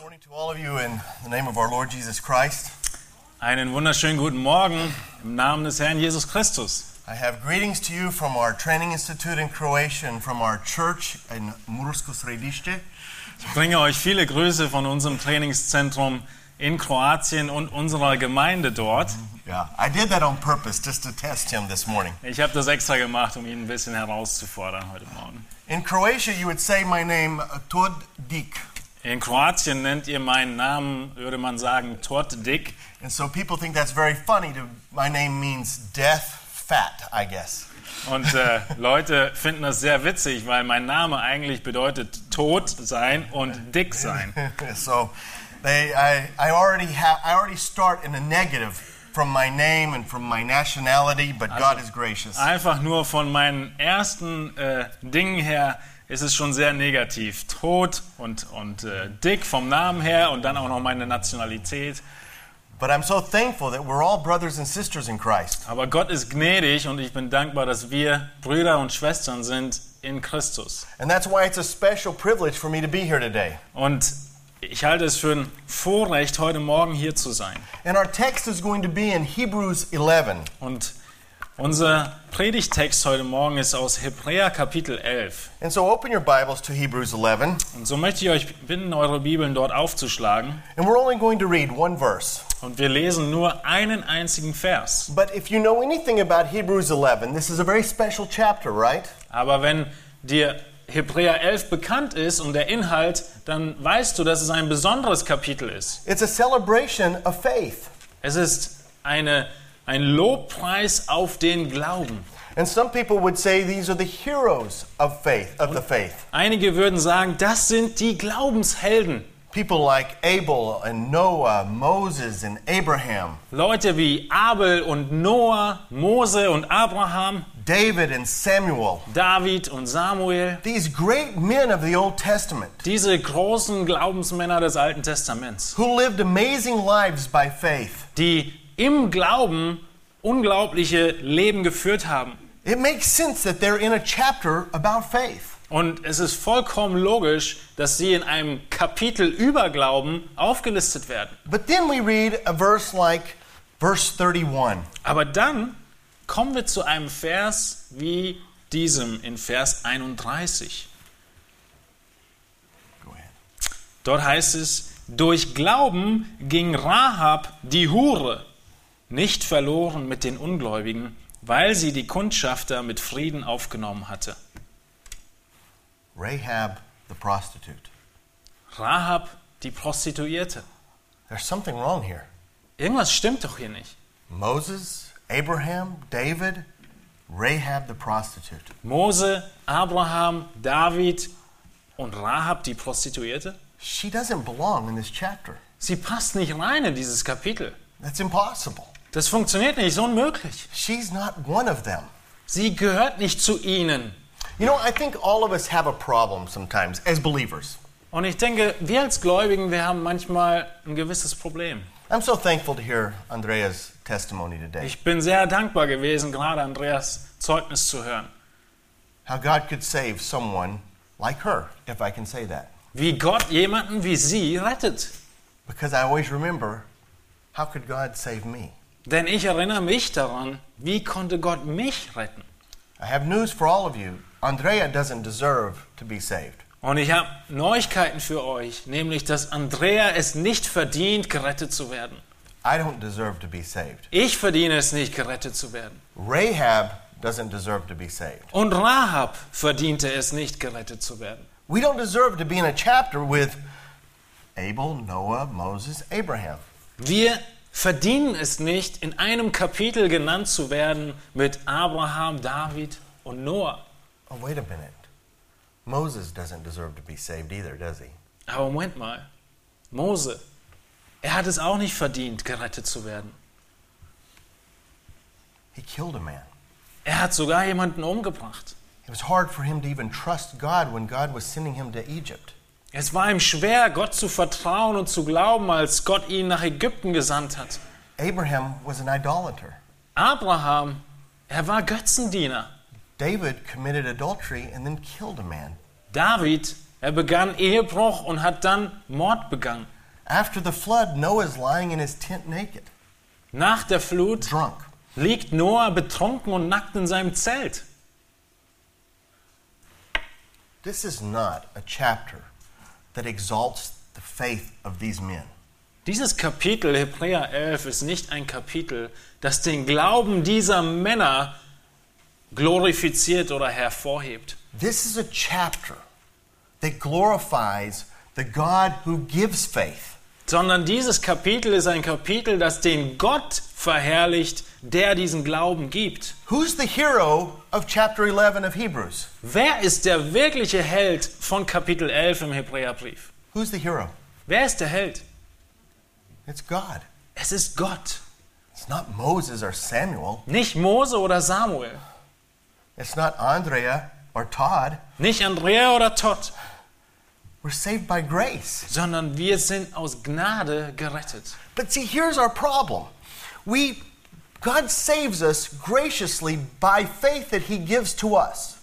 Morning to all of you in the name of our Lord Jesus Christ. Einen wunderschönen guten Morgen im Namen des Herrn Jesus Christus. I have greetings to you from our training institute in Croatia and from our church in Mursko Središte. Ich bringe euch viele Grüße von unserem Trainingszentrum in Kroatien und unserer Gemeinde dort. Yeah, I did that on purpose just to test him this morning. Ich habe das extra gemacht, um ihn ein bisschen herauszufordern heute Morgen. In Croatia, you would say my name uh, Tod Dik, In Kroatien nennt ihr meinen Namen, würde man sagen, Tort Dick. and so people think that's very funny. To, my name means death fat, I guess. Und äh, Leute finden das sehr witzig, weil mein Name eigentlich bedeutet tot sein und dick sein. so they, I, I already have, I already start in a negative from my name and from my nationality, but God is gracious. Einfach nur von meinen ersten äh, Dingen her ist es schon sehr negativ. Tot und, und äh, dick vom Namen her und dann auch noch meine Nationalität. But I'm so thankful that we're all brothers and sisters in Christ. Aber Gott ist gnädig und ich bin dankbar, dass wir Brüder und Schwestern sind in Christus. And that's why it's a special privilege for me to be here today. Und ich halte es für ein Vorrecht, heute Morgen hier zu sein. And our text is going to be in Hebrews 11. Und unser Predigtext heute Morgen ist aus Hebräer Kapitel 11. And so open your Bibles to Hebrews 11, Und so möchte ich euch bitten, eure Bibeln dort aufzuschlagen. and we're only going to read one verse. Und wir lesen nur einen einzigen Vers. But if you know anything about Hebrews 11, this is a very special chapter, right? Aber wenn dir Hebräer 11 bekannt ist und der Inhalt, dann weißt du, dass es ein besonderes Kapitel ist. It's a celebration of faith. Es ist eine, ein Lobpreis auf den Glauben. And some people would say these are the heroes of faith, of the faith. Einige würden sagen, das sind die Glaubenshelden. People like Abel and Noah, Moses and Abraham, Leute wie Abel und Noah, Mose und Abraham, David and Samuel. David und Samuel, These great men of the Old Testament diese großen Glaubensmänner des Alten Testaments, who lived amazing lives by faith. die im Glauben unglaubliche Leben geführt haben. It makes sense that they're in a chapter about faith. Und es ist vollkommen logisch, dass sie in einem Kapitel über Glauben aufgelistet werden. But then we read a verse like verse 31. Aber dann kommen wir zu einem Vers wie diesem in Vers 31. Go ahead. Dort heißt es, durch Glauben ging Rahab die Hure nicht verloren mit den Ungläubigen, weil sie die Kundschafter mit Frieden aufgenommen hatte. Rahab the prostitute. Rahab die Prostituierte. There's something wrong here. Irgendwas stimmt doch hier nicht. Moses, Abraham, David, Rahab the prostitute. Mose, Abraham, David und Rahab die Prostituierte? She doesn't belong in this chapter. Sie passt nicht rein in dieses Kapitel. That's impossible. Das funktioniert nicht, ist unmöglich. She's not one of them. Sie gehört nicht zu ihnen. You know, I think all of us have a problem sometimes as believers. Und ich denke, wir als Gläubigen, wir haben manchmal ein gewisses Problem. I'm so thankful to hear Andrea's testimony today. Ich bin sehr dankbar gewesen, gerade Andreas Zeugnis zu hören. How God could save someone like her, if I can say that. Wie Gott jemanden wie sie rettet. Because I always remember, how could God save me? Denn ich erinnere mich daran, wie konnte Gott mich retten? I have news for all of you. Andrea doesn't deserve to be saved. Und ich habe Neuigkeiten für euch, nämlich dass Andrea es nicht verdient, gerettet zu werden. I don't deserve to be saved. Ich verdiene es nicht, gerettet zu werden. Rahab doesn't deserve to be saved. Und Rahab verdiente es nicht, gerettet zu werden. We don't deserve to be in a chapter with Abel, Noah, Moses, Abraham. Wir verdienen es nicht, in einem Kapitel genannt zu werden mit Abraham, David und Noah. Oh, wait a minute. Moses doesn't deserve to be saved either, does he? Aber Moment mal, Mose, er hat es auch nicht verdient, gerettet zu werden. He killed a man. Er hat sogar jemanden umgebracht. It was hard for him to even trust God when God was sending him to Egypt. Es war ihm schwer, Gott zu vertrauen und zu glauben, als Gott ihn nach Ägypten gesandt hat. Abraham was an idolater. Abraham, er war Götzendiener. David committed adultery and then killed a man. David Er begann Ehebruch und hat dann Mord begangen. After the flood, Noah's lying in his tent naked, Nach der Flut drunk. liegt Noah betrunken und nackt in seinem Zelt. This is not a chapter that exalts the faith of these men. Dieses Kapitel Hebräer 11 ist nicht ein Kapitel, das den Glauben dieser Männer glorifiziert oder hervorhebt. This is a chapter that glorifies the God who gives faith. sondern dieses Kapitel ist ein Kapitel, das den Gott verherrlicht, der diesen Glauben gibt. Who's the hero of chapter 11 of Hebrews? Wer ist der wirkliche Held von Kapitel 11 im Hebräerbrief? Who's the hero? Wer ist der Held? It's God. Es ist Gott, It's not Moses or Samuel. nicht Mose oder Samuel, It's not Andrea or Todd. nicht Andrea oder Todd, We're saved by grace. sondern wir sind aus Gnade gerettet. But see, here's our problem. We God saves us graciously by faith that he gives to us.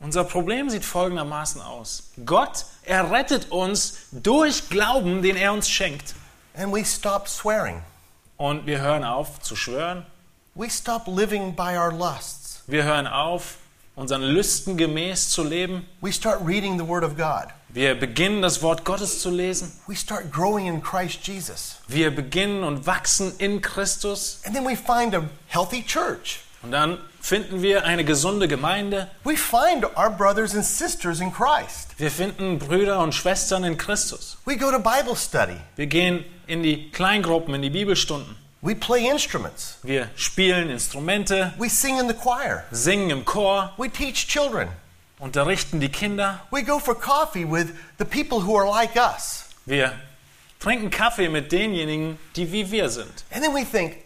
Unser Problem sieht folgendermaßen aus. Gott errettet uns durch Glauben, den er uns schenkt. And we stop swearing. Und wir hören auf zu schwören, We stop living by our lusts. Wir hören auf, unseren Lüsten gemäß zu leben. We start reading the word of God. Wir beginnen, das Wort Gottes zu lesen. We start growing in Christ Jesus. Wir beginnen und wachsen in Christus. And then we find a healthy church. Und dann finden wir eine gesunde Gemeinde. We find our brothers and sisters in Christ. Wir finden Brüder und Schwestern in Christus. We go to Bible study. Wir gehen in die Kleingruppen, in die Bibelstunden. We play instruments. Wir spielen Instrumente, We sing in the choir. singen im Chor, We teach children. unterrichten die Kinder. We go for coffee with the people who are like us. Wir trinken Kaffee mit denjenigen, die wie wir sind. And then we think,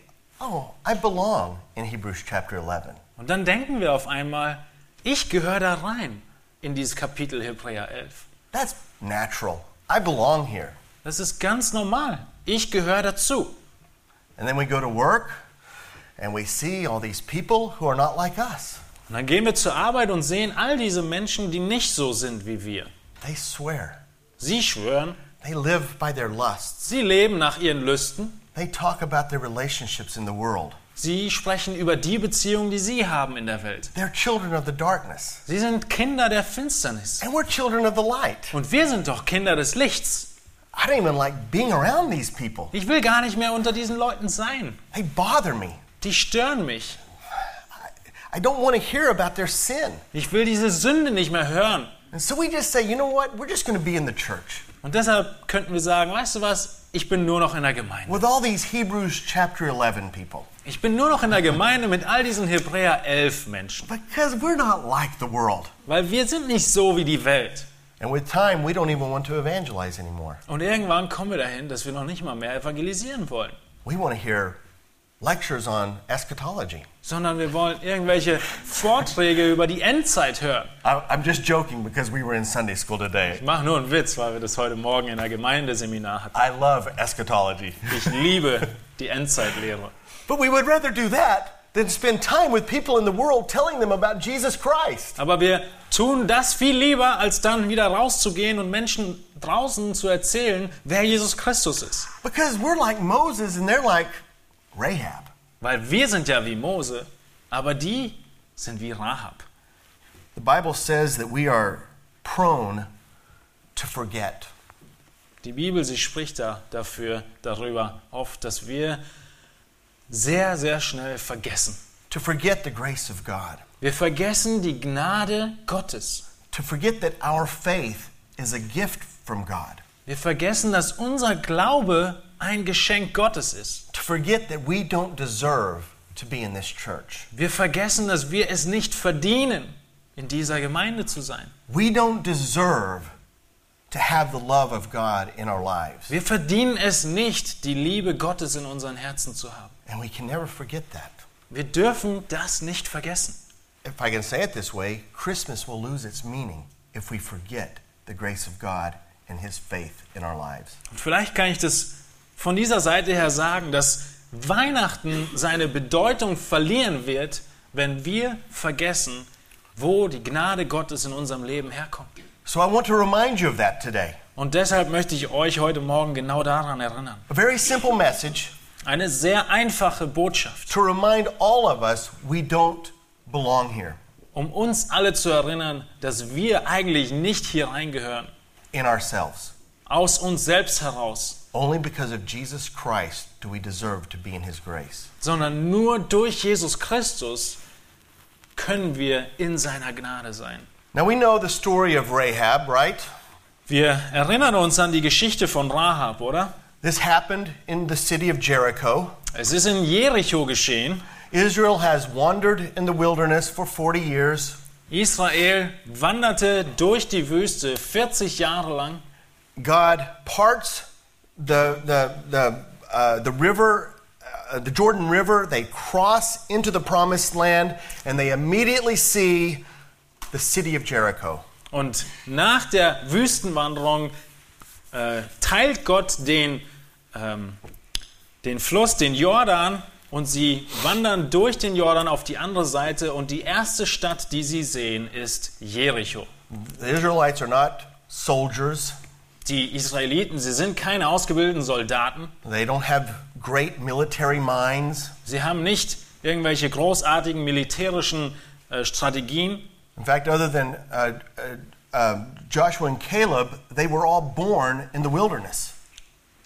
oh, I belong in Hebrews chapter 11. Und dann denken wir auf einmal, ich gehöre da rein in dieses Kapitel Hebräer 11. That's natural. I belong here. Das ist ganz normal. Ich gehöre dazu. And then we go to work and we see all these people who are not like us. Und dann gehen wir zur Arbeit und sehen all diese Menschen, die nicht so sind wie wir. They swear. Sie schwören, They live by their lusts. sie leben nach ihren Lüsten, They talk about their relationships in the world. sie sprechen über die Beziehung, die sie haben in der Welt. They're children of the darkness. Sie sind Kinder der Finsternis. And we're children of the light. Und wir sind doch Kinder des Lichts. I don't even like being around these people. Ich will gar nicht mehr unter diesen Leuten sein. They bother me. Die stören mich. I, I don't want to hear about their sin. Ich will diese Sünde nicht mehr hören. And so we just say, you know what? We're just going to be in the church. Und deshalb könnten wir sagen, weißt du was, ich bin nur noch in der Gemeinde. With all these Hebrews chapter 11 people. Ich bin nur noch in der Gemeinde mit all diesen Hebräer 11 Menschen. Because we're not like the world. Weil wir sind nicht so wie die Welt. And with time, we don't even want to evangelize anymore. Und irgendwann kommen wir dahin, dass wir noch nicht mal mehr evangelisieren wollen, We want to hear lectures on eschatology. sondern wir wollen irgendwelche Vorträge über die Endzeit hören. I, I'm just joking because we were in Sunday school today. Ich mache nur einen Witz, weil wir das heute Morgen in der Gemeindeseminar hatten. I love eschatology. Ich liebe die Endzeitlehre. But we would rather do that than spend time with people in the world telling them about Jesus Christ. Aber wir tun das viel lieber, als dann wieder rauszugehen und Menschen draußen zu erzählen, wer Jesus Christus ist. Because we're like Moses and they're like Rahab. Weil wir sind ja wie Mose, aber die sind wie Rahab. The Bible says that we are prone to forget. Die Bibel, sie spricht da dafür, darüber oft, dass wir sehr, sehr schnell vergessen. to forget the grace of God, Wir vergessen die Gnade Gottes. to forget that our faith is a gift from God, Wir vergessen, dass unser Glaube ein Geschenk Gottes ist. to forget that we don't deserve to be in this church. Wir vergessen, dass wir es nicht verdienen, in dieser Gemeinde zu sein. We don't deserve to have the love of God in our lives. Wir verdienen es nicht, die Liebe Gottes in unseren Herzen zu haben. And we can never forget that. Wir dürfen das nicht vergessen. If I can say it this way, Christmas will lose its meaning if we forget the grace of God and His faith in our lives. Und vielleicht kann ich das von dieser Seite her sagen, dass Weihnachten seine Bedeutung verlieren wird, wenn wir vergessen, wo die Gnade Gottes in unserem Leben herkommt. So I want to remind you of that today. Und deshalb möchte ich euch heute Morgen genau daran erinnern. A very simple message Eine sehr einfache Botschaft, to remind all of us we don't belong here um uns alle zu erinnern, dass wir eigentlich nicht hier reingehören, in ourselves. aus uns selbst heraus, Only because of Jesus Christ do we deserve to be in his grace. sondern nur durch Jesus Christus können wir in seiner Gnade sein. Now we know the story of Rahab, right? Wir erinnern uns an die Geschichte von Rahab, oder? This happened in the city of Jericho. Es ist in Jericho geschehen. Israel has wandered in the wilderness for 40 years. Israel wanderte durch die Wüste 40 Jahre lang. God parts the, the, the, uh, the river, uh, the Jordan River. They cross into the promised land and they immediately see the city of Jericho. Und nach der Wüstenwanderung äh, teilt Gott den, ähm, den Fluss, den Jordan, und sie wandern durch den Jordan auf die andere Seite. Und die erste Stadt, die sie sehen, ist Jericho. The Israelites are not soldiers, Die Israeliten, sie sind keine ausgebildeten Soldaten. they don't have great military minds. Sie haben nicht irgendwelche großartigen militärischen äh, Strategien. In fact, other than uh, uh, uh, Joshua and Caleb, they were all born in the wilderness.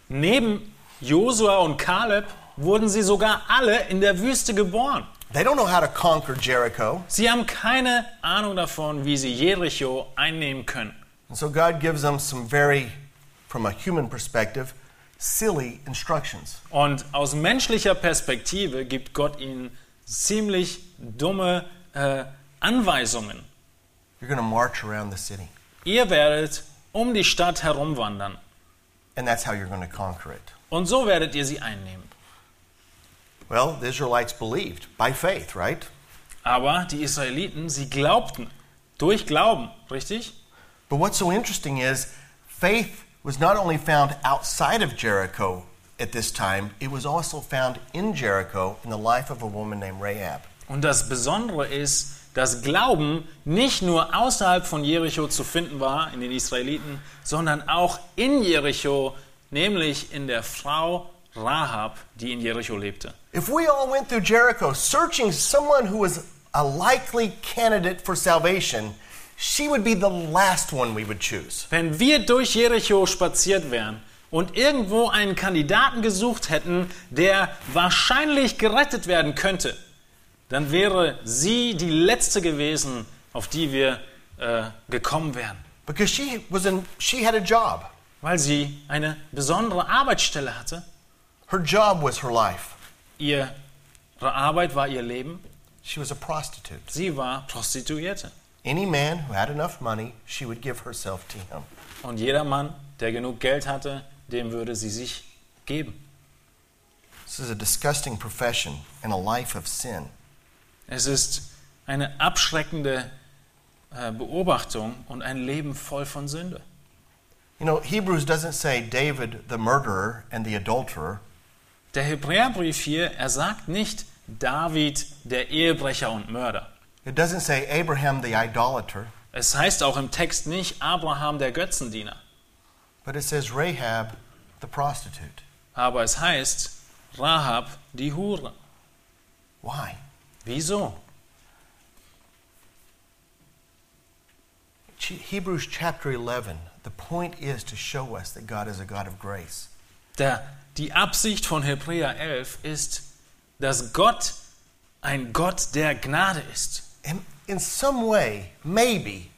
Neben Josua und Kaleb wurden sie sogar alle in der Wüste geboren. They don't know how to conquer Jericho. Sie haben keine Ahnung davon, wie sie Jericho einnehmen können. And so God gives them some very, from a human perspective, silly instructions. Und aus menschlicher Perspektive gibt Gott ihnen ziemlich dumme äh, Anweisungen. You're going to march around the city, Ihr werdet um die Stadt herumwandern and that's how you're going to conquer it. und so werdet ihr sie einnehmen. Well, the Israelites believed by faith, right? Aber die Israeliten, sie glaubten. Durch Glauben, richtig? But what's so interesting is faith was not only found outside of Jericho at this time, it was also found in Jericho in the life of a woman named Rahab. Und das Besondere ist, dass Glauben nicht nur außerhalb von Jericho zu finden war, in den Israeliten, sondern auch in Jericho, nämlich in der Frau Rahab, die in Jericho lebte. If we all went through Jericho searching someone who was a likely candidate for salvation, she would be the last one we would choose. Wenn wir durch Jericho spaziert wären und irgendwo einen Kandidaten gesucht hätten, der wahrscheinlich gerettet werden könnte, dann wäre sie die letzte gewesen, auf die wir äh, gekommen wären, Because she was in she had a job. weil sie eine besondere Arbeitsstelle hatte. Her job was her life. Ihre Arbeit war ihr Leben. She was a prostitute. Sie war Prostituierte. Any man who had enough money, she would give herself to him. Und jeder Mann, der genug Geld hatte, dem würde sie sich geben. This is a disgusting profession and a life of sin. Es ist eine abschreckende äh, Beobachtung und ein Leben voll von Sünde. You know, Hebrews doesn't say David the murderer and the adulterer. Der Hebräerbrief hier, er sagt nicht David, der Ehebrecher und Mörder. It doesn't say Abraham the idolater, Es heißt auch im Text nicht Abraham, der Götzendiener. but it says Rahab the prostitute. Aber es heißt Rahab, die Hure. Why? Wieso? Ch- Hebrews chapter 11, the point is to show us that God is a God of grace. Der, die Absicht von Hebräer 11 ist, dass Gott ein Gott der Gnade ist. And in some way, maybe,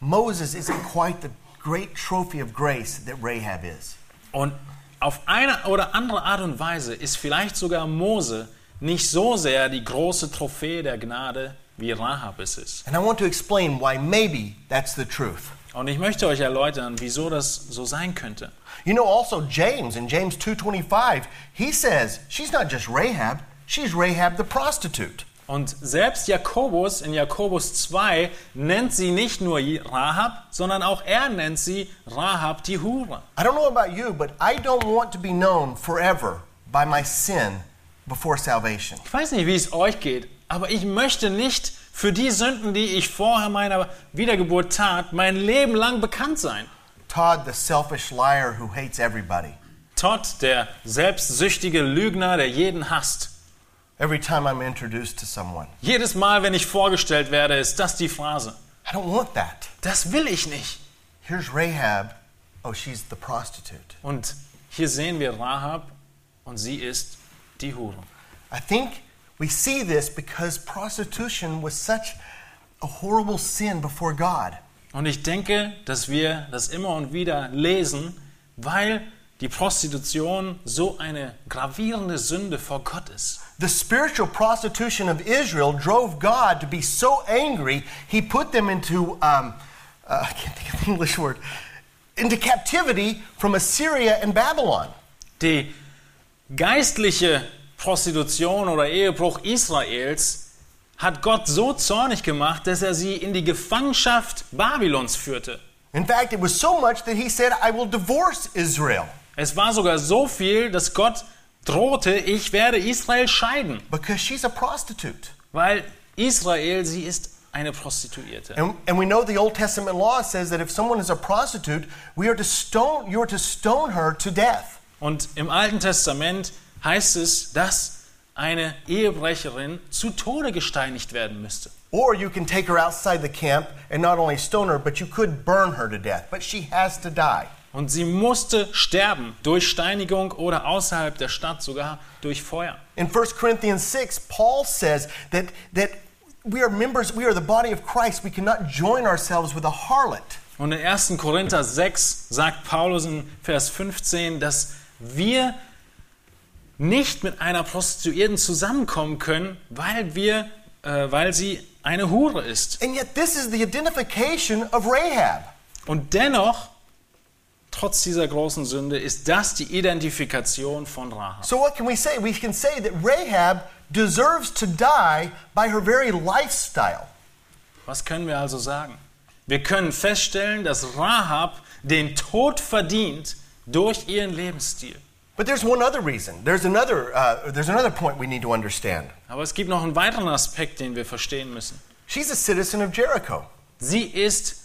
Moses isn't quite the great trophy of grace that Rahab is. Und auf eine oder andere Art und Weise ist vielleicht sogar Mose nicht so sehr die große Trophäe der Gnade, wie Rahab es ist. And I want to explain why maybe that's the truth. Und ich möchte euch erläutern, wieso das so sein könnte. You know also James in James 2:25, he says she's not just Rahab, she's Rahab the prostitute. Und selbst Jakobus in Jakobus 2 nennt sie nicht nur Rahab, sondern auch er nennt sie Rahab die Hure. I don't know about you, but I don't want to be known forever by my sin before salvation. Ich weiß nicht, wie es euch geht, aber ich möchte nicht für die Sünden, die ich vorher meiner Wiedergeburt tat, mein Leben lang bekannt sein. Todd, the selfish liar who hates everybody. Todd, der selbstsüchtige Lügner, der jeden hasst. Every time I'm introduced to someone, Jedes Mal, wenn ich vorgestellt werde, ist das die Phrase. I don't want that. Das will ich nicht. Here's Rahab. Oh, she's the prostitute. Und hier sehen wir Rahab und sie ist die Hure. I think we see this because prostitution was such a horrible sin before God. Und ich denke, dass wir das immer und wieder lesen, weil die Prostitution so eine gravierende Sünde vor Gott ist. The spiritual prostitution of Israel drove God to be so angry, he put them into, um, uh, I can't think of the English word, into captivity from Assyria and Babylon. Die geistliche Prostitution oder Ehebruch Israels hat Gott so zornig gemacht, dass er sie in die Gefangenschaft Babylons führte. In fact, it was so much that he said, I will divorce Israel Es war sogar so viel, dass Gott drohte, ich werde Israel scheiden, because she's a prostitute. weil Israel, sie ist eine Prostituierte. And, and we know the Old Testament law says that if someone is a prostitute, we are to stone, you are to stone her to death. Und im Alten Testament heißt es, dass eine Ehebrecherin zu Tode gesteinigt werden müsste. Or you can take her outside the camp and not only stone her, but you could burn her to death. But she has to die. Und sie musste sterben durch Steinigung oder außerhalb der Stadt sogar durch Feuer. In 1 Corinthians 6, Paul says that, that we are members, we are the body of Christ. We cannot join ourselves with a harlot. Und in 1. Korinther 6 sagt Paulus in Vers 15, dass wir nicht mit einer Prostituierten zusammenkommen können, weil, wir, äh, weil sie eine Hure ist. And yet, this is the identification of Rahab. Und dennoch, trotz dieser großen Sünde, ist das die Identifikation von Rahab. So, what can we say? We can say that Rahab deserves to die by her very lifestyle. Was können wir also sagen? Wir können feststellen, dass Rahab den Tod verdient durch ihren Lebensstil. But there's one other reason. There's another, uh, there's another point we need to understand. Aber es gibt noch einen weiteren Aspekt, den wir verstehen müssen. She's a citizen of Jericho. Sie ist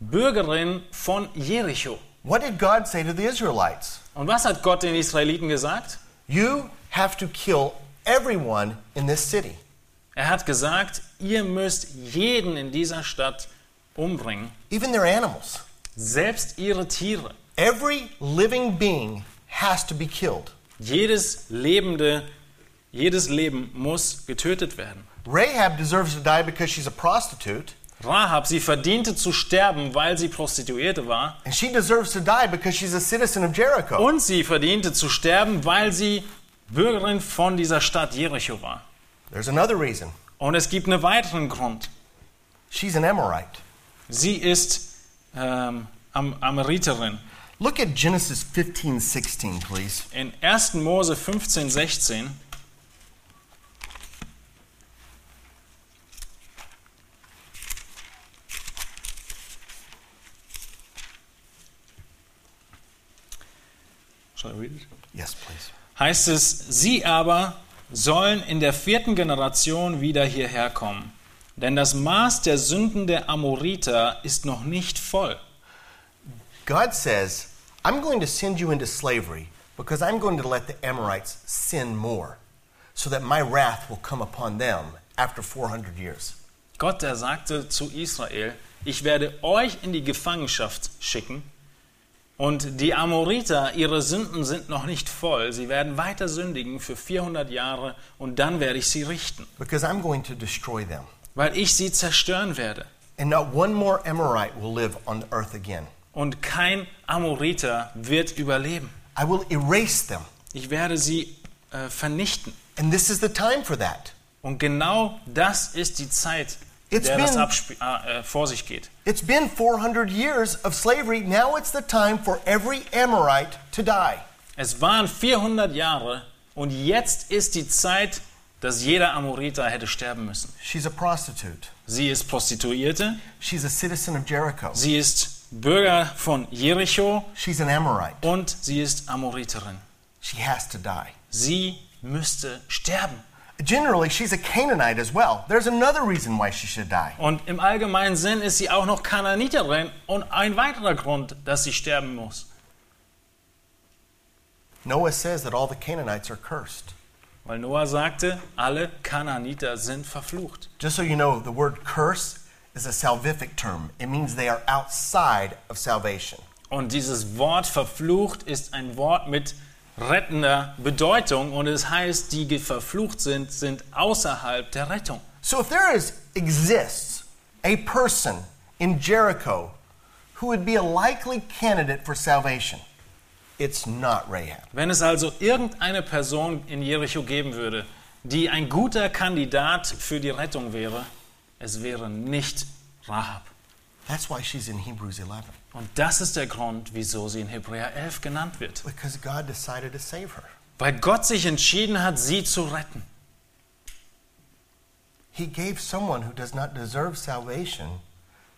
Bürgerin von Jericho. What did God say to the Israelites? Und was hat Gott den Israeliten gesagt? You have to kill everyone in this city. Er hat gesagt, ihr müsst jeden in dieser Stadt umbringen, even their animals. selbst ihre Tiere. Every living being has to be killed. Jedes lebende, jedes Leben muss getötet werden. Rahab deserves to die because she's a prostitute, Rahab, sie verdiente zu sterben, weil sie Prostituierte war, and she deserves to die because she's a citizen of Jericho. und sie verdiente zu sterben, weil sie Bürgerin von dieser Stadt Jericho war. There's another reason. Und es gibt einen weiteren Grund. She's an Amorite. Sie ist ähm, Am Amriterin. Look at Genesis 15, 16, please. In 1. Mose 15, 16 Shall I read it? Yes, please. heißt es, sie aber sollen in der vierten Generation wieder hierher kommen. Denn das Maß der Sünden der Amoriter ist noch nicht voll. God says, I'm going to send you into slavery because I'm going to let the Amorites sin more so that my wrath will come upon them after 400 years. Gott, der sagte zu Israel, ich werde euch in die Gefangenschaft schicken und die Amoriter, ihre Sünden sind noch nicht voll, sie werden weiter sündigen für 400 Jahre und dann werde ich sie richten, Because I'm going to destroy them. weil ich sie zerstören werde And not one more Amorite will live on the earth again. und kein Amoriter wird überleben. I will erase them. Ich werde sie äh, vernichten. And this is the time for that. Und genau das ist die Zeit, in It's der das been- abspie- ah, äh, vor sich geht. It's been 400 years of slavery. Now it's the time for every Amorite to die. Es waren 400 Jahre und jetzt ist die Zeit, dass jeder Amoriter hätte sterben müssen. She's a prostitute. Sie ist Prostituierte, She's a citizen of Jericho. sie ist Bürger von Jericho She's an Amorite. und sie ist Amoriterin. She has to die. Sie müsste sterben. Generally, she's a Canaanite as well. There's another reason why she should die. Und im allgemeinen Sinn ist sie auch noch Kanaaniterin und ein weiterer Grund, dass sie sterben muss. Noah says that all the Canaanites are cursed. Weil Noah sagte, alle Kanaaniter sind verflucht. Just so you know, the word curse is a salvific term, it means they are outside of salvation. Und dieses Wort verflucht ist ein Wort mit rettender Bedeutung und es heißt, die die verflucht sind, sind außerhalb der Rettung. So if there is exists a person in Jericho who would be a likely candidate for salvation, it's not Rahab. Wenn es also irgendeine Person in Jericho geben würde, die ein guter Kandidat für die Rettung wäre, es wäre nicht Rahab. That's why she's in Hebrews 11 Und das ist der Grund, wieso sie in Hebräer 11 genannt wird. because God decided to save her. Weil Gott sich entschieden hat, sie zu retten. He gave someone who does not deserve salvation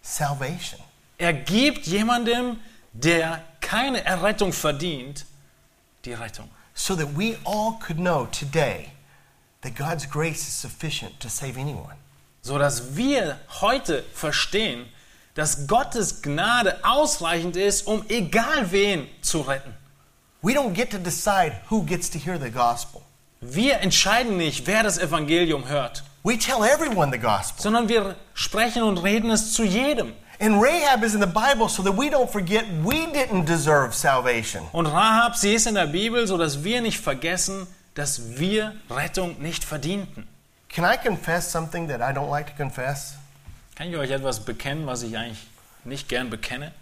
salvation. Er gibt jemandem, der keine Errettung verdient, die Rettung. so that we all could know today that God's grace is sufficient to save anyone. so dass wir heute verstehen, dass Gottes Gnade ausreichend ist, um egal wen zu retten. We don't get to decide who gets to hear the gospel. Wir entscheiden nicht, wer das Evangelium hört, We tell everyone the gospel. sondern wir sprechen und reden es zu jedem. And Rahab is in the Bible so that we don't forget we didn't deserve salvation. Und Rahab, sie ist in der Bibel, so dass wir nicht vergessen, dass wir Rettung nicht verdienten. Can I confess something that I don't like to confess? Kann ich euch etwas bekennen, was ich eigentlich nicht gern bekenne?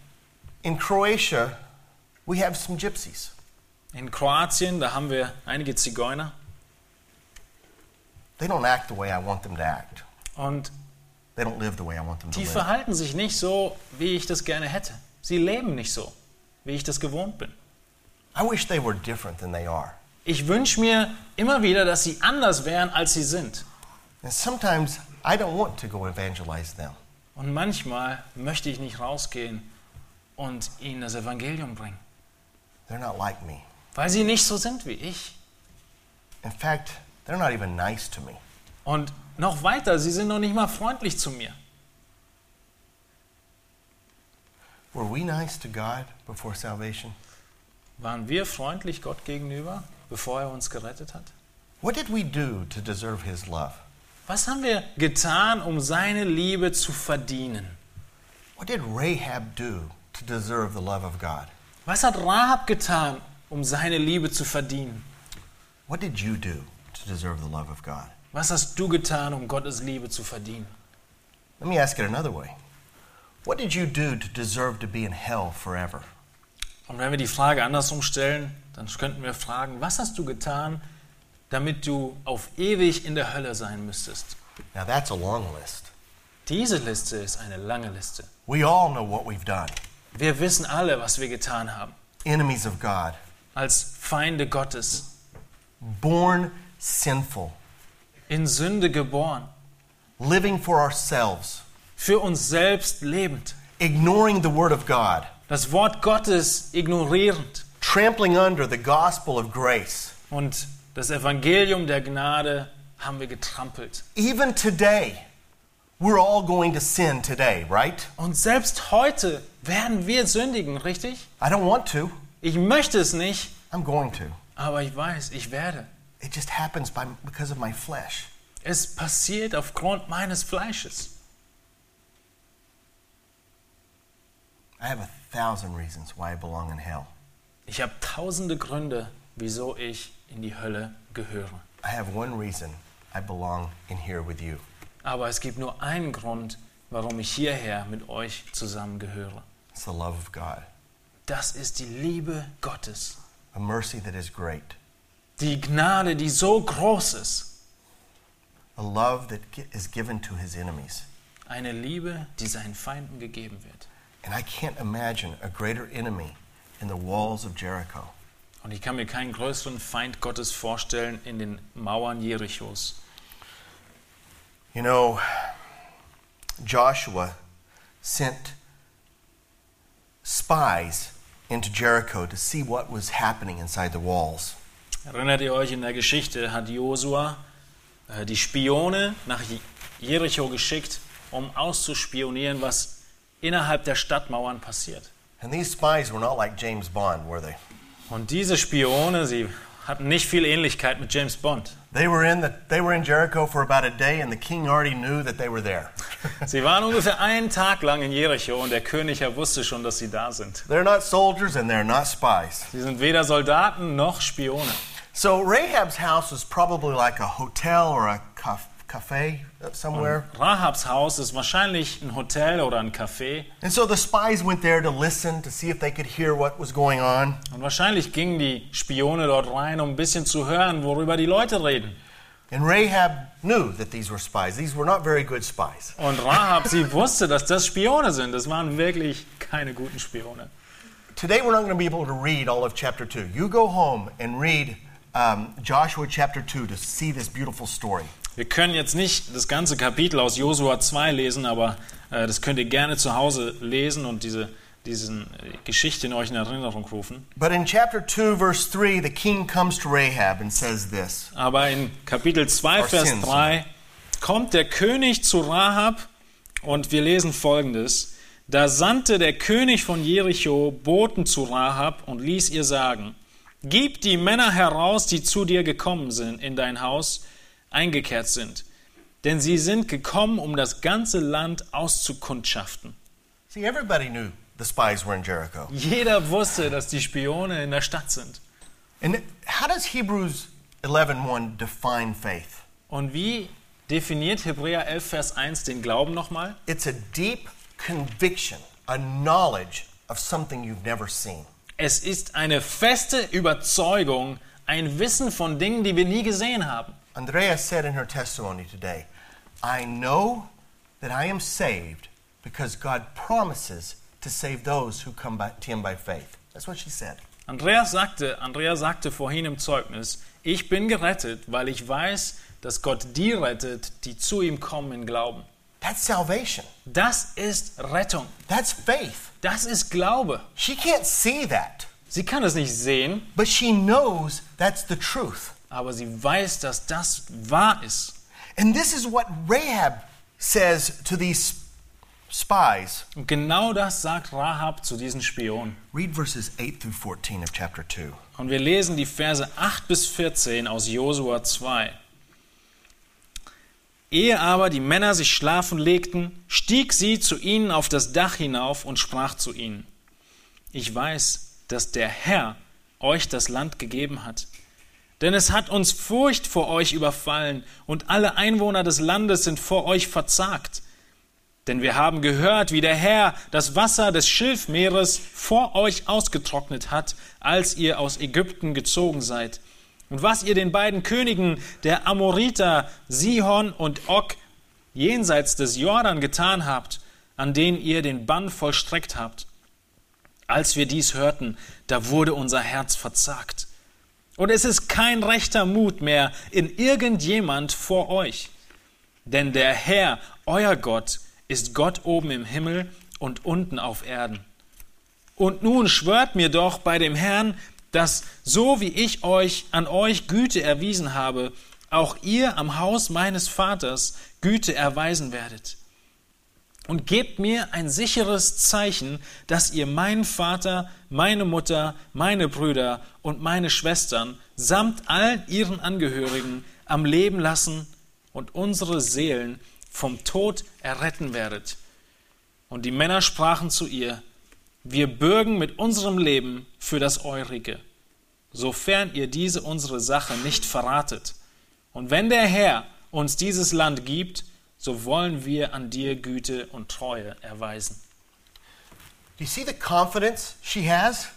In Croatia, we have some gypsies. In Kroatien, da haben wir einige Zigeuner They don't act the way I want them to act. und They don't live the way I want them to Die live. verhalten sich nicht so, wie ich das gerne hätte. Sie leben nicht so, wie ich das gewohnt bin. I wish they were different than they are. Ich wünsche mir immer wieder, dass sie anders wären, als sie sind. And sometimes I don't want to go evangelize them. Und manchmal möchte ich nicht rausgehen und ihnen das Evangelium bringen, They're not like me. weil sie nicht so sind wie ich. In fact, they're not even nice to me. Und noch weiter, sie sind noch nicht mal freundlich zu mir. Were we nice to God before salvation? Waren wir freundlich Gott gegenüber, bevor er uns gerettet hat? What did we do to deserve His love? Was haben wir getan, um seine Liebe zu verdienen? What did Rahab do to deserve the love of God? Was hat Rahab getan, um seine Liebe zu verdienen? What did you do to deserve the love of God? Was hast du getan, um Gottes Liebe zu verdienen? Let me ask it another way. What did you do to deserve to be in hell forever? Und wenn wir die Frage andersrum stellen, dann könnten wir fragen, was hast du getan, damit du auf ewig in der Hölle sein müsstest? Now that's a long list. Diese Liste ist eine lange Liste. We all know what we've done. Wir wissen alle, was wir getan haben. Enemies of God, Als Feinde Gottes, born sinful, in Sünde geboren, living for ourselves, für uns selbst lebend, ignoring the Word of God, das Wort Gottes ignorierend trampling under the gospel of grace. und das Evangelium der Gnade haben wir getrampelt. Even today, we're all going to sin today, right? Und selbst heute werden wir sündigen, richtig? I don't want to. Ich möchte es nicht, I'm going to. aber ich weiß, ich werde. It just happens by, because of my flesh. Es passiert aufgrund meines Fleisches. I have a thousand reasons why I belong in hell. Ich habe tausende Gründe, wieso ich in die Hölle gehöre. I have one reason I belong in here with you. Aber es gibt nur einen Grund, warum ich hierher mit euch zusammengehöre. It's the love of God, Das ist die Liebe Gottes. a mercy that is great, Die Gnade, die so groß ist. a love that gi- is given to his enemies. Eine Liebe, die seinen Feinden gegeben wird. And I can't imagine a greater enemy in the walls of Jericho. Und ich kann mir keinen größeren Feind Gottes vorstellen in den Mauern Jerichos. You know, Joshua sent spies into Jericho to see what was happening inside the walls. Erinnert ihr euch, in der Geschichte hat Josua äh, die Spione nach Je- Jericho geschickt, um auszuspionieren, was innerhalb der Stadtmauern passiert. And these spies were not like James Bond, were they? Und diese Spione, sie hatten nicht viel Ähnlichkeit mit James Bond. They were in the, they were in Jericho for about a day, and the king already knew that they were there. Sie waren ungefähr einen Tag lang in Jericho und der König ja wusste schon, dass sie da sind. They're not soldiers and they're not spies. Sie sind weder Soldaten noch Spione. So Rahab's house was probably like a hotel or a caf- cafe Mm. somewhere. Rahabs Haus ist wahrscheinlich ein Hotel oder ein Café. And so the spies went there to listen to see if they could hear what was going on. Und wahrscheinlich gingen die Spione dort rein, um ein bisschen zu hören, worüber die Leute reden. And Rahab knew that these were spies. These were not very good spies. Und Rahab, sie wusste, dass das Spione sind. Das waren wirklich keine guten Spione. Today we're not going to be able to read all of chapter 2. You go home and read um, Joshua chapter 2 to see this beautiful story. Wir können jetzt nicht das ganze Kapitel aus Josua 2 lesen, aber äh, das könnt ihr gerne zu Hause lesen und diese diesen äh, Geschichte in euch in Erinnerung rufen. But in chapter 2, verse 3, the king comes to Rahab and says this. Aber in Kapitel 2, Or Vers sins. 3 kommt der König zu Rahab und wir lesen folgendes. Da sandte der König von Jericho Boten zu Rahab und ließ ihr sagen, Gib die Männer heraus, die zu dir gekommen sind, in dein Haus eingekehrt sind. Denn sie sind gekommen, um das ganze Land auszukundschaften. See, everybody knew the spies were in Jericho. Jeder wusste, dass die Spione in der Stadt sind. And how does Hebrews 11:1 define faith? Und wie definiert Hebräer 11, Vers 1 den Glauben nochmal? It's a deep conviction, a knowledge of something you've never seen. Es ist eine feste Überzeugung, ein Wissen von Dingen, die wir nie gesehen haben. Andrea said in her testimony today, I know that I am saved because God promises to save those who come by, to him by faith. That's what she said. Andreas sagte, Andreas sagte vorhin im Zeugnis, ich bin gerettet, weil ich weiß, dass Gott die rettet, die zu ihm kommen in Glauben. That's salvation. Das ist Rettung. That's faith. Das ist Glaube. She can't see that, Sie kann es nicht sehen, but she knows that's the truth. aber sie weiß, dass das wahr ist. And this is what Rahab says to these spies. Und genau das sagt Rahab zu diesen Spionen. Read verses 8 through 14 of chapter 2. Und wir lesen die Verse 8 bis 14 aus Josua 2. Ehe aber die Männer sich schlafen legten, stieg sie zu ihnen auf das Dach hinauf und sprach zu ihnen, Ich weiß, dass der Herr euch das Land gegeben hat. Denn es hat uns Furcht vor euch überfallen, und alle Einwohner des Landes sind vor euch verzagt. Denn wir haben gehört, wie der Herr das Wasser des Schilfmeeres vor euch ausgetrocknet hat, als ihr aus Ägypten gezogen seid. Und was ihr den beiden Königen, der Amoriter Sihon und Og, jenseits des Jordan getan habt, an denen ihr den Bann vollstreckt habt. Als wir dies hörten, da wurde unser Herz verzagt. Und es ist kein rechter Mut mehr in irgendjemand vor euch. Denn der Herr, euer Gott, ist Gott oben im Himmel und unten auf Erden. Und nun schwört mir doch bei dem Herrn, dass so wie ich euch an euch Güte erwiesen habe, auch ihr am Haus meines Vaters Güte erweisen werdet. Und gebt mir ein sicheres Zeichen, dass ihr meinen Vater, meine Mutter, meine Brüder und meine Schwestern samt all ihren Angehörigen am Leben lassen und unsere Seelen vom Tod erretten werdet. Und die Männer sprachen zu ihr, wir bürgen mit unserem Leben für das Eurige, sofern ihr diese unsere Sache nicht verratet. Und wenn der Herr uns dieses Land gibt, so wollen wir an dir Güte und Treue erweisen. Do you see the confidence she has?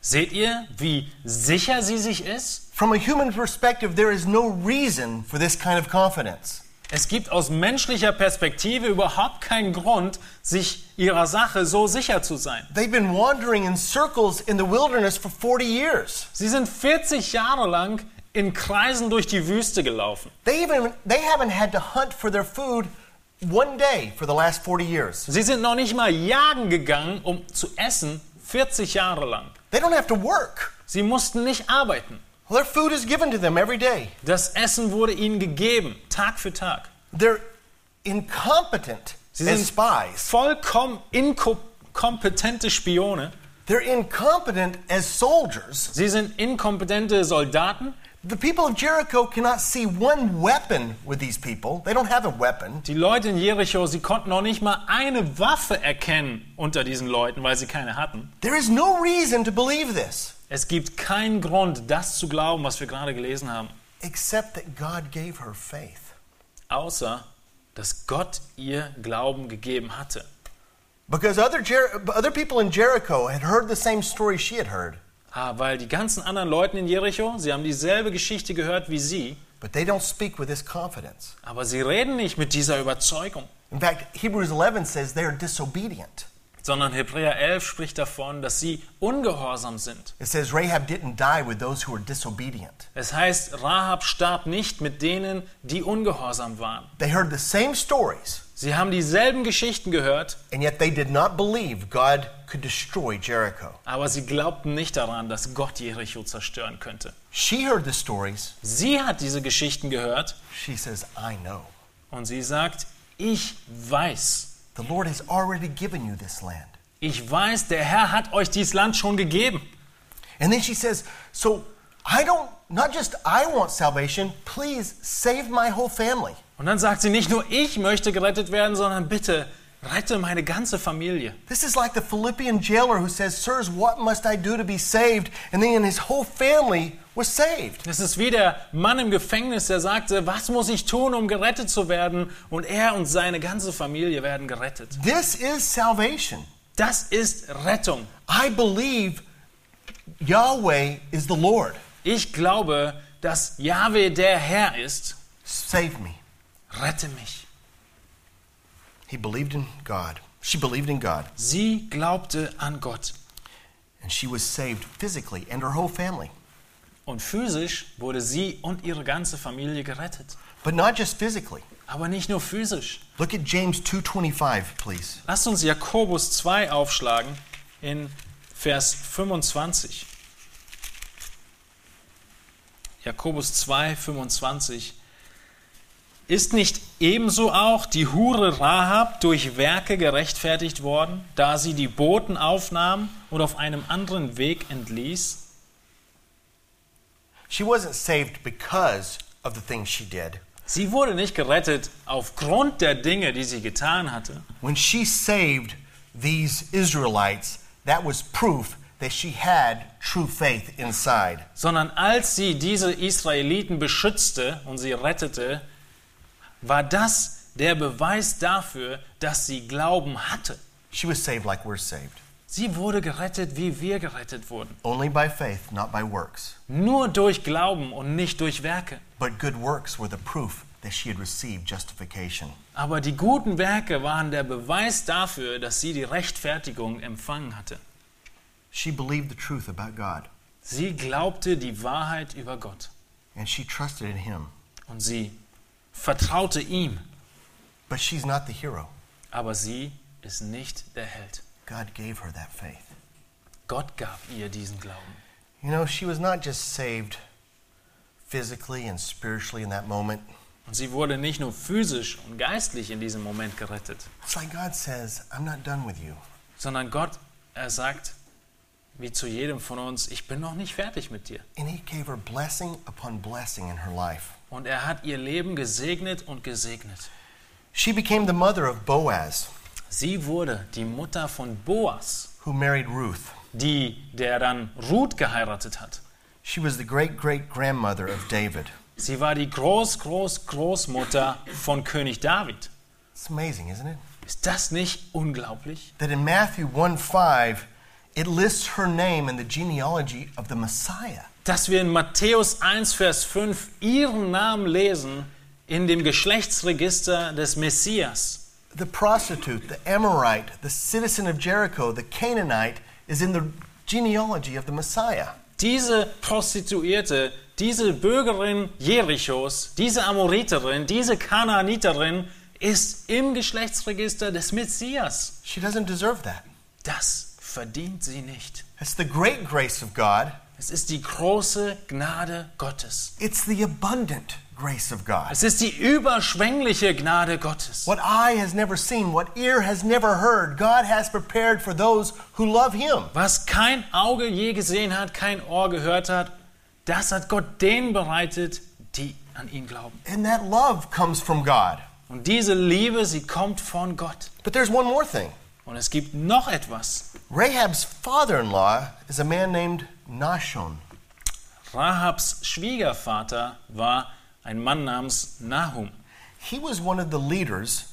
Seht ihr, wie sicher sie sich ist? From a human perspective, there is no reason for this kind of confidence. Es gibt aus menschlicher Perspektive überhaupt keinen Grund, sich ihrer Sache so sicher zu sein. They've been wandering in circles in the wilderness for 40 years. Sie sind 40 Jahre lang in Kreisen durch die Wüste gelaufen. They even they haven't had to hunt for their food one day for the last 40 years. Sie sind noch nicht mal jagen gegangen, um zu essen, 40 Jahre lang. They don't have to work. Sie mussten nicht arbeiten. Well, their food is given to them every day. Das Essen wurde ihnen gegeben, Tag für Tag. They're incompetent Sie as sind- spies. Vollkommen inkompetente Spione. They're incompetent as soldiers. Sie sind inkompetente Soldaten. The people of Jericho cannot see one weapon with these people. They don't have a weapon. Die Leute in Jericho, sie konnten noch nicht mal eine Waffe erkennen unter diesen Leuten, weil sie keine hatten. There is no reason to believe this Es gibt keinen Grund, das zu glauben, was wir gerade gelesen haben, except that God gave her faith. außer dass Gott ihr Glauben gegeben hatte. Because other, Jer- other people in Jericho had heard the same story she had heard, Ah, weil die ganzen anderen Leute in Jericho, sie haben dieselbe Geschichte gehört wie sie, but they don't speak with this confidence. aber sie reden nicht mit dieser Überzeugung, In fact, Hebrews 11 says they are disobedient. sondern Hebräer 11 spricht davon, dass sie ungehorsam sind. It says Rahab didn't die with those who were disobedient. Es heißt, Rahab starb nicht mit denen, die ungehorsam waren. They heard the same stories, Sie haben dieselben Geschichten gehört, and yet they did not believe God could destroy Jericho. aber sie glaubten nicht daran, dass Gott Jericho zerstören könnte. She heard the stories. Sie hat diese Geschichten gehört She says, I know. und sie sagt, ich weiß, The Lord has already given you this land. ich weiß, der Herr hat euch dieses Land schon gegeben. And then she says, So I don't, not just I want salvation, please save my whole family. Und dann sagt sie nicht nur, ich möchte gerettet werden, sondern bitte rette meine ganze Familie. This is like the Philippian jailer who says, Sirs, what must I do to be saved? And then his whole family was saved. Das ist wie der Mann im Gefängnis, der sagte, was muss ich tun, um gerettet zu werden? Und er und seine ganze Familie werden gerettet. This is salvation. Das ist Rettung. I believe Yahweh is the Lord. Ich glaube, dass Jahwe der Herr ist. Save me. Rette mich. He believed in God. She believed in God. Sie glaubte an Gott. And she was saved physically and her whole family. Und physisch wurde sie und ihre ganze Familie gerettet. But not just physically. Aber nicht nur physisch. Look at James 2:25, please. Lasst uns Jakobus 2 aufschlagen in Vers 25. Jakobus 2, 25. Ist nicht ebenso auch die Hure Rahab durch Werke gerechtfertigt worden, da sie die Boten aufnahm und auf einem anderen Weg entließ? She wasn't saved because of the things she did. Sie wurde nicht gerettet aufgrund der Dinge, die sie getan hatte. When she saved these Israelites, that was proof that she had true faith inside. sondern als sie diese Israeliten beschützte und sie rettete, war das der Beweis dafür, dass sie Glauben hatte. She was saved like we're saved, Sie wurde gerettet, wie wir gerettet wurden. only by faith, not by works. Nur durch Glauben und nicht durch Werke. But good works were the proof that she had received justification. Aber die guten Werke waren der Beweis dafür, dass sie die Rechtfertigung empfangen hatte. She believed the truth about God, Sie glaubte die Wahrheit über Gott and she trusted in Him. und sie vertraute ihm, But she's not the hero. aber sie ist nicht der Held. God gave her that faith. Gott gab ihr diesen Glauben. You know, she was not just saved physically and spiritually in that moment. Und sie wurde nicht nur physisch und geistlich in diesem Moment gerettet, It's like God says, I'm not done with you. sondern Gott, er sagt, wie zu jedem von uns, ich bin noch nicht fertig mit dir. And He gave her blessing upon blessing in her life. Und er hat ihr Leben gesegnet und gesegnet. She became the mother of Boaz, Sie wurde die Mutter von Boas, who married Ruth. die, der dann Ruth geheiratet hat. She was the great great grandmother of David. Sie war die Groß, Groß, Großmutter von König David. It's amazing, isn't it? Ist das nicht unglaublich? That in Matthew 1 5, it lists her name in the genealogy of the Messiah. Dass wir in Matthäus 1, Vers 5 ihren Namen lesen in dem Geschlechtsregister des Messias. The prostitute, the Amorite, the citizen of Jericho, the Canaanite is in the genealogy of the Messiah. diese Prostituierte, diese Bürgerin Jerichos, diese Amoriterin, diese Kanaaniterin ist im Geschlechtsregister des Messias. She doesn't deserve that. Das verdient sie nicht. That's the great grace of God Es ist die große Gnade Gottes. It's the abundant grace of God. Es ist die überschwängliche Gnade Gottes. What eye has never seen, what ear has never heard, God has prepared for those who love Him. Was kein Auge je gesehen hat, kein Ohr gehört hat, das hat Gott denen bereitet, die an ihn glauben. And that love comes from God. Und diese Liebe, sie kommt von Gott. But there's one more thing Und es gibt noch etwas. Rahab's father in law is a man named Nashon. Rahabs Schwiegervater war ein Mann namens Nahum. He was one of the leaders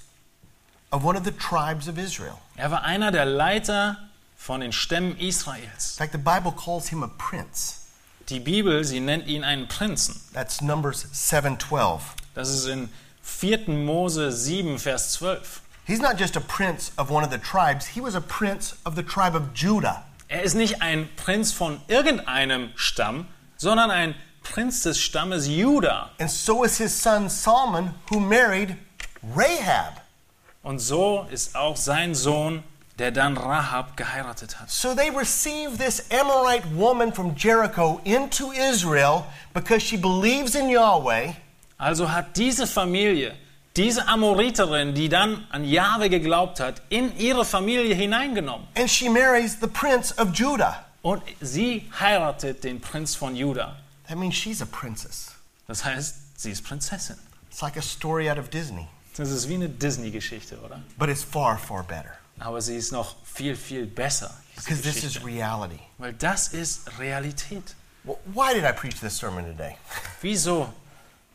of one of the tribes of Israel. Er war einer der Leiter von den Stämmen Israels. In fact, the Bible calls him a prince. Die Bibel, sie nennt ihn einen Prinzen. That's Numbers 7:12. Das ist in 4. Mose 7, Vers 12. He's not just a prince of one of the tribes, he was a prince of the tribe of Judah. Er ist nicht ein Prinz von irgendeinem Stamm, sondern ein Prinz des Stammes Juda. And so is his son Solomon, who married Rahab. Und so ist auch sein Sohn, der dann Rahab geheiratet hat. So they receive this Amorite woman from Jericho into Israel because she believes in Yahweh, Also hat diese Familie, diese Amoriterin, die dann an Jahwe geglaubt hat, in ihre Familie hineingenommen. and she marries the prince of Judah. Und sie heiratet den Prinz von Juda. That means she's a princess. Das heißt, sie ist Prinzessin. It's like a story out of Disney, Das ist wie eine Disney-Geschichte, oder? but it's far, far better Aber sie ist noch viel, viel besser. diese because this Geschichte. is reality. Weil das ist Realität. Well, why did I preach this sermon today? Wieso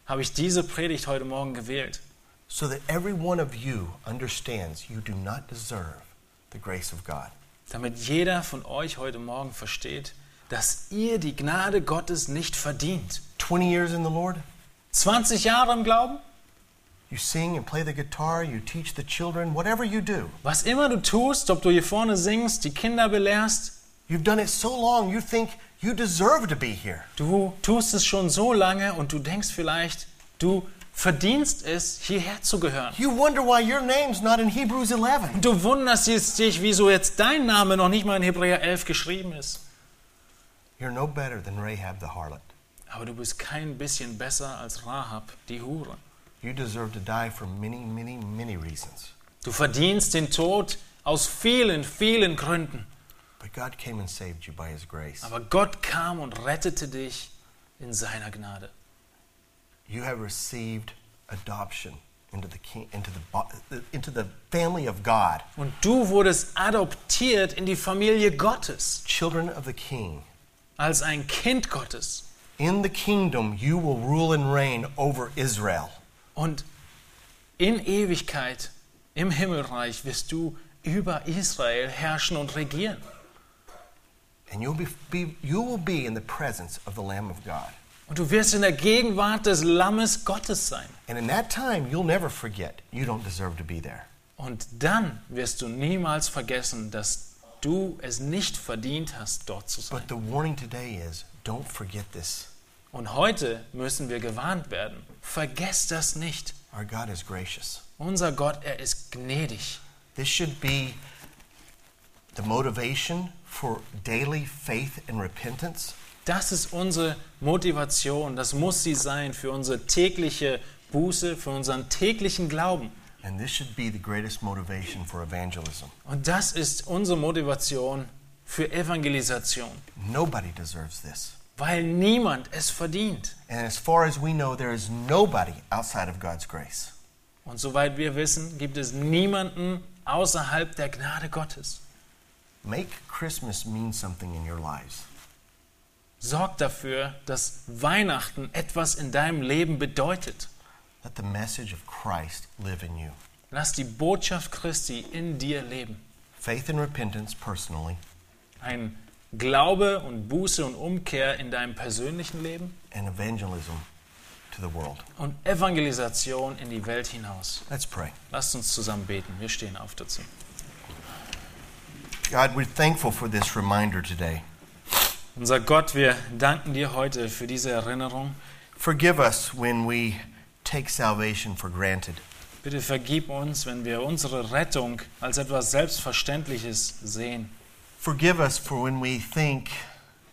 habe ich diese Predigt heute Morgen gewählt? So that every one of you understands you do not deserve the grace of God. Damit jeder von euch heute Morgen versteht, dass ihr die Gnade Gottes nicht verdient. 20 years in the Lord, 20 Jahre im Glauben? you sing and play the guitar, you teach the children, whatever you do. Was immer du tust, ob du hier vorne singst, die Kinder belehrst, You've done it so long, you think you deserve to be here. du tust es schon so lange und du denkst vielleicht, du verdienst es, hierher zu gehören. You wonder why your name's not in Hebrews 11. Du wunderst jetzt dich, wieso jetzt dein Name noch nicht mal in Hebräer 11 geschrieben ist. You're no better than Rahab the harlot. Aber du bist kein bisschen besser als Rahab, die Hure. You deserve to die for many, many, many reasons. Du verdienst den Tod aus vielen, vielen Gründen. But God came and saved you by His grace. Aber Gott kam und rettete dich in seiner Gnade. You have received adoption into the king, into the bo- into the family of God, Und du wurdest adoptiert in die Familie Gottes, children of the King. als ein Kind Gottes. In the kingdom, you will rule and reign over Israel. Und in Ewigkeit, im Himmelreich, wirst du über Israel herrschen und regieren. And you'll be, be, you will be in the presence of the Lamb of God. Und du wirst in der Gegenwart des Lammes Gottes sein. And in that time, you'll never forget you don't deserve to be there. Und dann wirst du niemals vergessen, dass du es nicht verdient hast, dort zu sein. But the warning today is don't forget this. Und heute müssen wir gewarnt werden. Vergesst das nicht. Our God is gracious. Unser Gott, er ist gnädig. This should be the motivation for daily faith and repentance. Das ist unsere Motivation. Das muss sie sein für unsere tägliche Buße, für unseren täglichen Glauben. And this should be the greatest motivation for evangelism. Und das ist unsere Motivation für Evangelisation. Nobody deserves this. Weil niemand es verdient. And as far as we know, there is nobody outside of God's grace. Und soweit wir wissen, gibt es niemanden außerhalb der Gnade Gottes. Make Christmas mean something in your lives. Sorg dafür, dass Weihnachten etwas in deinem Leben bedeutet. Let the message of Christ live in you. Lass die Botschaft Christi in dir leben. Faith and repentance personally, Ein Glaube und Buße und Umkehr in deinem persönlichen Leben and evangelism to the world. und Evangelisation in die Welt hinaus. Let's pray. Lasst uns zusammen beten. Wir stehen auf dazu. God, we're thankful for this reminder today. Unser Gott, wir danken dir heute für diese Erinnerung. Forgive us when we take salvation for granted. Bitte vergib uns, wenn wir unsere Rettung als etwas Selbstverständliches sehen. Forgive us for when we think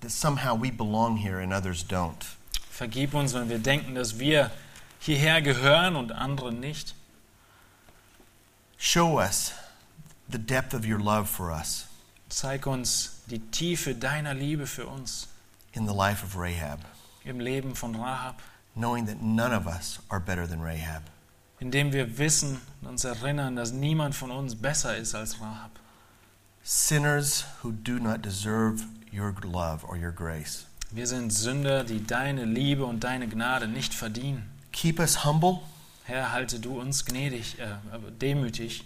that somehow we belong here and others don't. Vergib uns, wenn wir denken, dass wir hierher gehören und andere nicht. Show us the depth of your love for us Zeig uns die Tiefe deiner Liebe für uns in the life of Rahab, im Leben von Rahab, knowing that none of us are better than Rahab. indem wir wissen und uns erinnern, dass niemand von uns besser ist als Rahab. Sinners who do not deserve your love or your grace. Wir sind Sünder, die deine Liebe und deine Gnade nicht verdienen. Keep us humble, Herr, halte du uns gnädig, äh, aber demütig.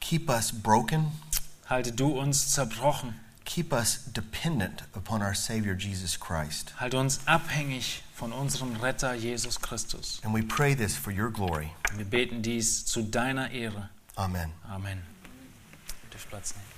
keep us broken, Halte du uns zerbrochen. keep us dependent upon our Savior Jesus Christ. Halte uns abhängig von unserem Retter Jesus Christus. And we pray this for your glory. Wir beten dies zu deiner Ehre. Amen. Amen. Ihr Dürft Platz nehmen.